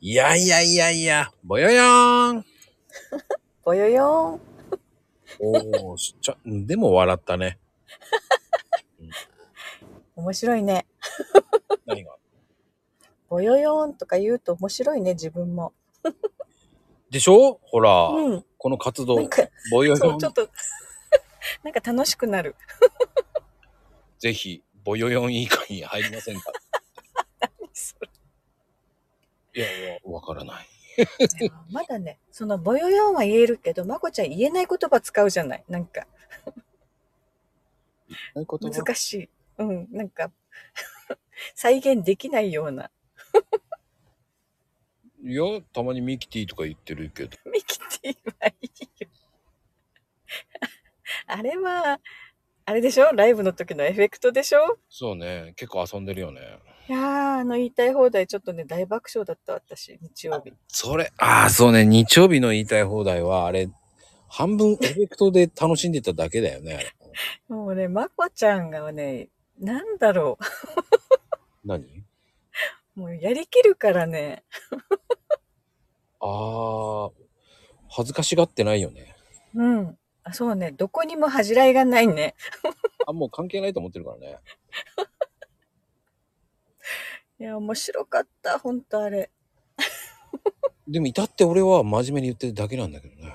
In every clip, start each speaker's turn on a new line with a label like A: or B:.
A: いやいやいやいや、ぼよよーん。
B: ぼよよーん。
A: おお、しちゃ、でも笑ったね。
B: 面白いね。
A: 何が。
B: ぼよよーんとか言うと面白いね、自分も。
A: でしょほら、
B: うん。
A: この活
B: なん
A: 動、
B: か、
A: ぼよ
B: そ
A: よ
B: う、
A: ん
B: ちょっ、と、 なんか楽しくなる。
A: ぜひ、ぼよよん以下に入りませんか
B: そ
A: いやいや、わからない。
B: れいやまだね、そのぼよよーんは言えるけど、まこちゃん言えない言葉使うじゃない。なんか、
A: そういうこと
B: 難しい。うん、なんか、 再現できないような。
A: いや、たまにミキティとか言ってるけど。
B: ミキティはいいよ。 あれは、あれでしょライブの時のエフェクトでしょ
A: そうね、結構遊んでるよね。
B: いやー、あの言いたい放題ちょっとね、大爆笑だった私、日曜日。
A: それ、ああ、そうね、日曜日の言いたい放題は、あれ、半分エフェクトで楽しんでただけだよね。あれ
B: もうね、まこちゃんがね、なんだろ
A: 何
B: う。 もうやりきるからね。
A: ああ、恥ずかしがってないよね。
B: うん。あそうね、どこにも恥じらいがないね。
A: あ、もう関係ないと思ってるからね。
B: いや、面白かった、ほんとあれ。
A: でも、至って俺は真面目に言ってるだけなんだけどね。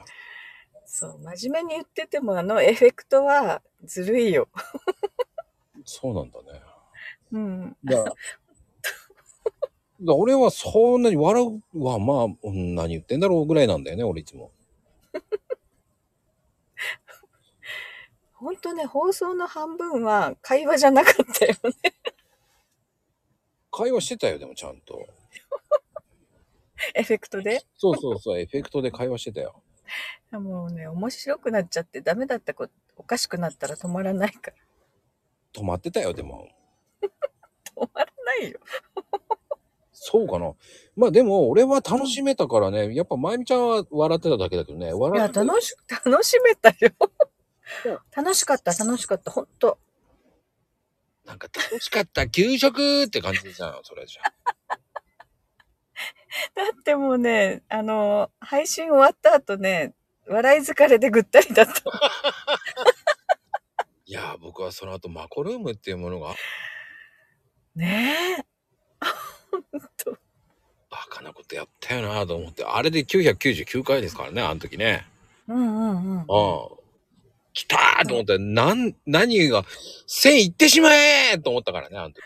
B: そう、真面目に言ってても、あのエフェクトはずるいよ。
A: そうなんだね。
B: うん。
A: だからだから俺はそんなに笑うはまあうん何言ってんだろうぐらいなんだよね俺いつも
B: ほんとね、放送の半分は会話じゃなかったよ ね。
A: 会話してたよでもちゃんと
B: エフェクトで。
A: そうそうそうエフェクトで会話してたよ
B: もうね、面白くなっちゃって、ダメだったこと、おかしくなったら止まらないから。
A: 止まってたよでも
B: 止まらないよ。
A: そうかなまあでも俺は楽しめたからねやっぱまゆみちゃんは笑ってただけだけどね
B: い
A: 笑
B: や、
A: ってた
B: 楽し、楽しめたよ
A: うん。
B: 楽しかった、楽しかった、ほんと。
A: なんか楽しかった給食って感じじゃんそれじゃ
B: だってもうね、あの、配信終わった後ね、笑い疲れでぐったりだった。
A: いや僕はその後マコルームっていうものが
B: ねえ。
A: バカなことやったよなと思ってあれで999回ですからねあの時ね
B: うんうんう
A: う
B: ん。
A: ん。来たーと思ったら、なん、何が、線行ってしまえーと思ったからね、あの時。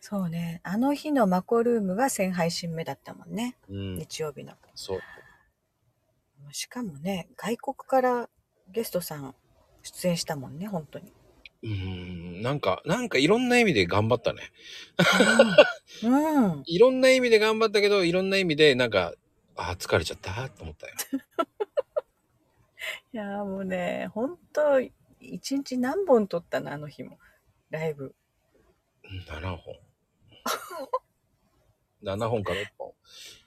B: そうね。あの日のマコルームが1000配信目だったもんね。
A: うん。
B: 日曜日の。
A: そう。
B: しかもね、外国からゲストさん出演したもんね、本当に。
A: うーん。なんか、なんかいろんな意味で頑張ったね。
B: うん。うん
A: いろんな意味で頑張ったけど、いろんな意味で、なんか、あー疲れちゃったーと思ったよ。
B: いやーもうね、本当一日何本撮ったの、あの日も。ライブ。
A: うん7本。7本か6本。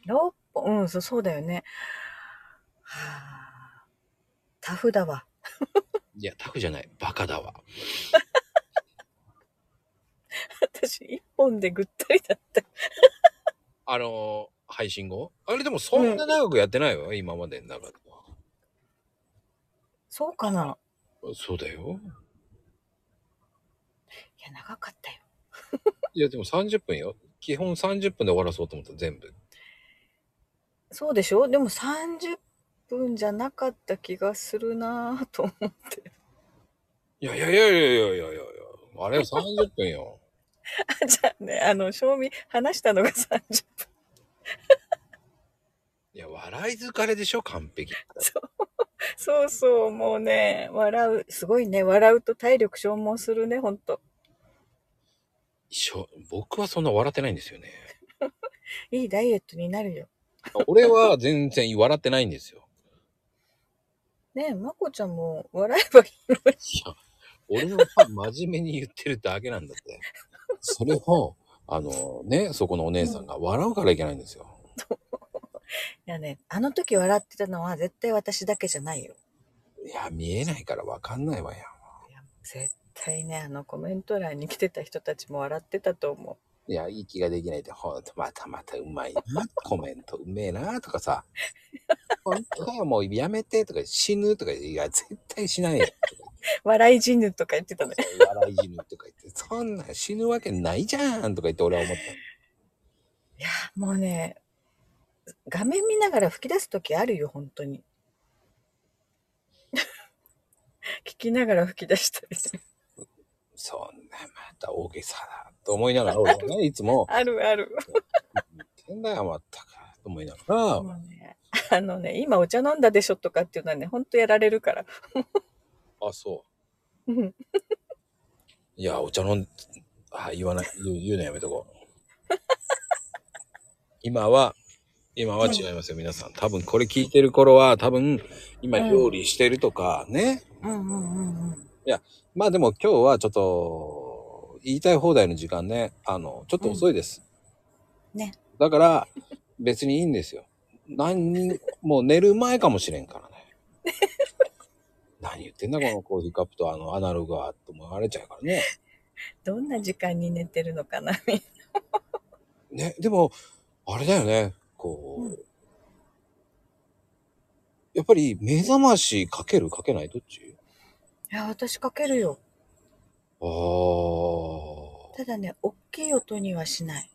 B: 六本、うん、そうそうだよね。はあ、タフだわ。
A: いや、タフじゃない。バカだわ。
B: 私、一本でぐったりだった。
A: あのー配信後あれでもそんな長くやってないわ、今までの中では。
B: そうかな。
A: そうだよ。
B: いや、長かったよ。
A: いや、でも30分よ。基本30分で終わらそうと思った、全部。
B: そうでしょでも30分じゃなかった気がするなぁと 思って。
A: いやいやいやいやいやいやいやあれは30分よ。
B: あじゃあね、あの、賞味、話したのが30分。
A: いや、笑い疲れでしょ、完璧。
B: そうそう、もうね、笑う、すごいね、笑うと体力消耗するね、ほんと。
A: しょ僕はそんな笑ってないんですよね。
B: いいダイエットになるよ。
A: 俺は全然笑ってないんですよ。
B: ねえ、まこちゃんも笑えばいい。
A: いや、俺は真面目に言ってるだけなんだって。それを、あのね、そこのお姉さんが笑うからいけないんですよ。
B: いやね、あの時笑ってたのは絶対私だけじゃないよ。
A: いや、見えないからわかんないわよ。
B: 絶対ねあのコメント欄に来てた人たちも笑ってたと思
A: いや、いい気ができないって、ほんと、またまたうまいな、コメントうめえな、とかさ、ほんとかよ、もうやめて、とか、死ぬ、とか、いや、絶対しないよ、とか
B: 笑い死ぬとか言ってた
A: 言っ
B: ね
A: て。笑い死ぬとか言って、そんなん死ぬわけないじゃん、とか言って俺は思った。
B: いや、もうね、画面見ながら吹き出すときあるよ、本当に。 聞きながら吹き出したりする。
A: そんな、また大げさだ、と思いながら、俺はね、いつも、
B: あるある。
A: 変だよ、まったく、と思いながら、
B: もうね、あのね、今お茶飲んだでしょとかっていうのはね、ほんとやられるから。
A: あ、そ
B: うん
A: う。いや、お茶飲ん、あ、言わない、言う言うのやめとこう。 今は、今は違いますよ、皆さん。多分これ聞いてる頃は、多分、今
B: うん
A: 料理してるとか、ね。
B: うんうんうんうん。
A: まあでも今日はちょっと、言いたい放題の時間ね、あの、ちょっと遅いです。
B: うんね。
A: だから、別にいいんですよ。何に、もう寝る前かもしれんからね。 何言ってんだ、このコーヒーカップとあの、アナログは、と思われちゃうからね。
B: どんな時間に寝てるのかな、みんな
A: ね、でも、あれだよね、こう、
B: うん
A: やっぱり目覚ましかけるかけないどっち
B: いや、私かけるよ。
A: ああ、
B: ただね、大きい音にはしない。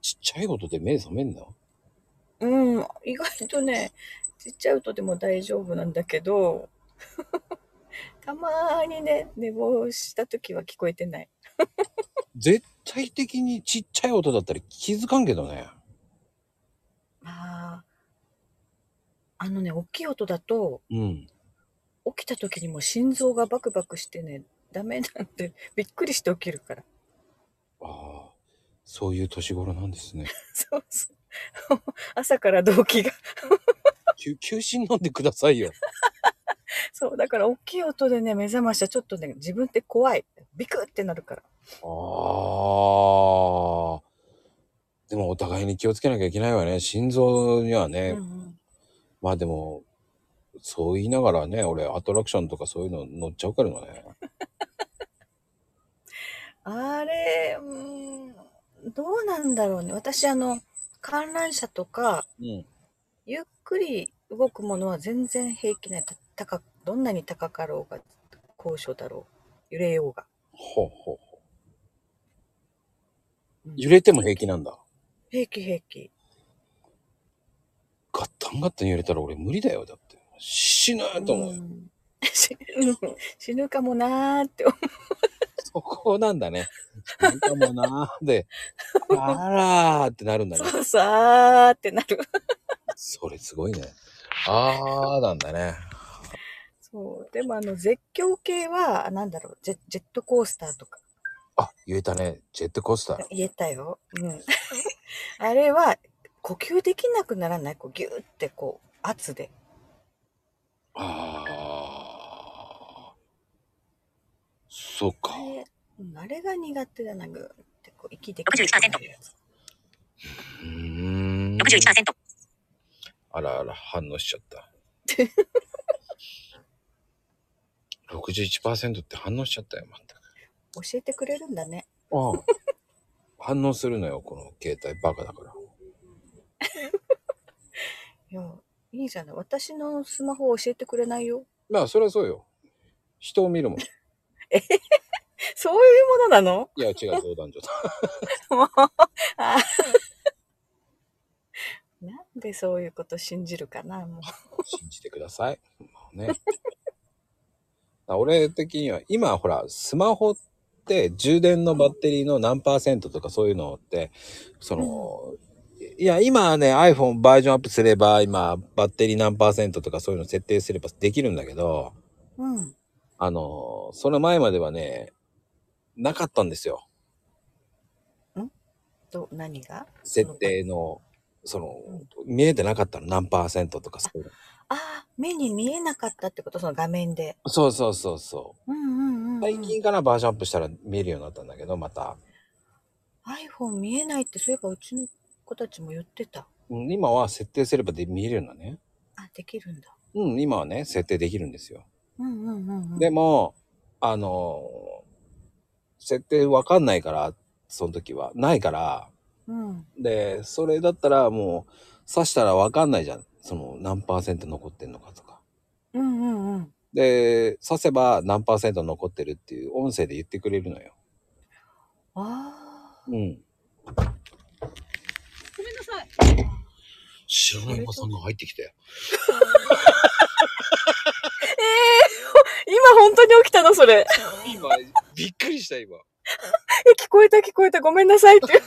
A: ちっちゃいことで目覚めんな。
B: うん、意外とね、ちっちゃい音でも大丈夫なんだけど、 たまーにね、寝坊した時は聞こえてない。
A: 絶対的にちっちゃい音だったら気づかんけどね。
B: まあ、あのね、大きい音だと、
A: うん。
B: 起きた時にもう心臓がバクバクしてね、ダメなんて、びっくりして起きるから。
A: ああ、そういう年頃なんですね。
B: そうそう。 朝から動機が。
A: 休休止飲んでくださいよ。
B: そう、だから大きい音でね、目覚ましはちょっとね、自分って怖い。ビクってなるから。
A: ああ。でもお互いに気をつけなきゃいけないわね。心臓にはね、
B: うんうん
A: まあでも、そう言いながらね、俺アトラクションとかそういうの乗っちゃうからね。
B: あれ、うーん、どうなんだろうね。私、あの、観覧車とか、
A: うん。
B: ゆっくり動くものは全然平気ない。た高くどんなに高かろうが、高所だろう。揺れようが。
A: ほうほうほう
B: うん
A: 揺れても平気なんだ。
B: 平気平気。
A: ガッタンガッタン揺れたら俺無理だよ、だって。死ぬと思う。
B: うん死ぬ死ぬかもなーって思う。
A: そこなんだね。なんかもなーで、あらーってなるんだね。
B: そうそう、あーってなる。
A: それすごいね。あーなんだね。
B: そう。でもあの、絶叫系は、なんだろう、ジェジェットコースターとか。
A: あ、言えたね。ジェットコースター。
B: 言えたよ。うん。 あれは、呼吸できなくならないこう、ギューってこう、圧で。
A: あー。そうか
B: あ。れ、うんあれが苦手だな、ぐーってこう、息でなるやつ
A: うーん。
C: 61%。
A: あらあら、反応しちゃった。61%って反応しちゃったよ、まったく。
B: 教えてくれるんだね。
A: ああ反応するのよ、この携帯バカだから。
B: いや、いいじゃない。私のスマホを教えてくれないよ。
A: まあ、それはそうよ。人を見るもん。い
B: そういうものなの
A: や、違う、冗談冗談。
B: もう、 あなんでそういうこと信じるかな、もう。
A: 信じてください。まあね。あ俺的には、今ほら、スマホって充電のバッテリーの何パーセントとかそういうのって、その、いや、今はね、iPhone バージョンアップすれば、今、バッテリー何パーセントとかそういうの設定すればできるんだけど、
B: うん。
A: あの、その前まではね、なかったんですよ。
B: と、何が
A: 設定の、その
B: うん、
A: 見えてなかったの、何パーセントとかそういう
B: ああ、目に見えなかったってこと、その画面で。
A: の。そうそうそうそう。
B: うんうんうん、うん。
A: 最近からバージョンアップしたら見えるようになったんだけど、また。
B: iPhone 見えないって、そういえばうちの子たちも言ってた。
A: うん今は設定すればで見えるようなね。
B: あ、できるんだ。
A: うん、今はね、設定できるんですよ。
B: うんうんうん、うん。
A: でも、あのー設定わかんないから、その時は。ないから。
B: うん。
A: で、それだったらもう、刺したらわかんないじゃん。その、何パーセント残ってんのかとか。
B: うんうんうん。
A: で、刺せば何パーセント残ってるっていう音声で言ってくれるのよ。
B: ああ。
A: うん。
C: ごめんなさい。
A: 知らないおばさんが入ってきたよ。
B: 今本当に起きたのそれ。
A: 今、びっくりした今。
B: え、聞こえた聞こえた。ごめんなさい って。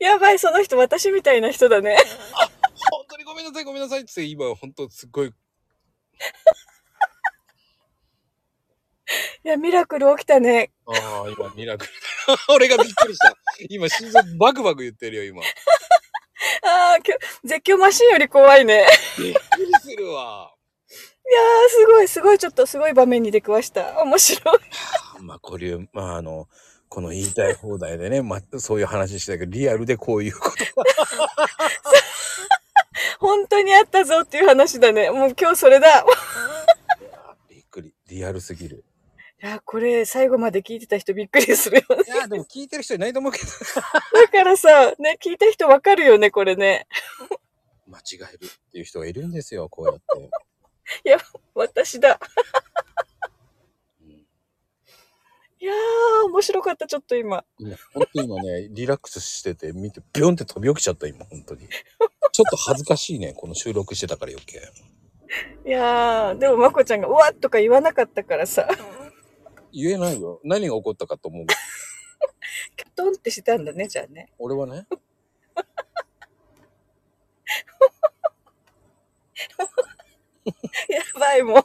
B: やばい、その人私みたいな人だね。
A: 本当にごめんなさいごめんなさいって今本当すごい。
B: いや、ミラクル起きたね。
A: ああ、今ミラクルだな。 俺がびっくりした。今心臓バクバク言ってるよ今。
B: ああ、きょ絶叫マシンより怖いね。いやー、
A: びっくりするわ。
B: すごい、すごい、ちょっとすごい場面に出くわした。面白い。
A: まあ、これ、まあ、あの、この言いたい放題でね、まあ、そういう話したけど、リアルでこういうことが。
B: 本当にあったぞっていう話だね。もう今日それだ。
A: びっくり。リアルすぎる。
B: いや、これ最後まで聞いてた人びっくりするよね。
A: いや、でも聞いてる人いないと思うけど。
B: だからさ、ね、聞いた人わかるよね、これね。
A: 間違えるっていう人がいるんですよ、こうやって。
B: 私だ。
A: うん
B: いやー、面白かった、ちょっと今。
A: 今、本当に今ね、 リラックスしてて、見て、ビョンって飛び起きちゃった、今、本当に。ちょっと恥ずかしいね、この収録してたから余計。
B: いやー、でもまこちゃんが、うわっとか言わなかったからさ、
A: 言えないよ。何が起こったかと思う。
B: キョトンってしたんだね、じゃあね。
A: 俺はね。
B: やばい、もう。もう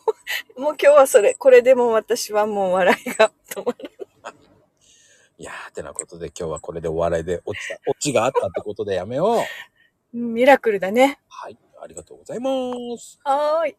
B: 今日はそれ、これでもう私はもう笑いが止まる。
A: いやー、てなことで今日はこれでお笑いで落ちた、落ちがあったってことでやめよう。
B: ミラクルだね。
A: はい、ありがとうございます。
B: はーい。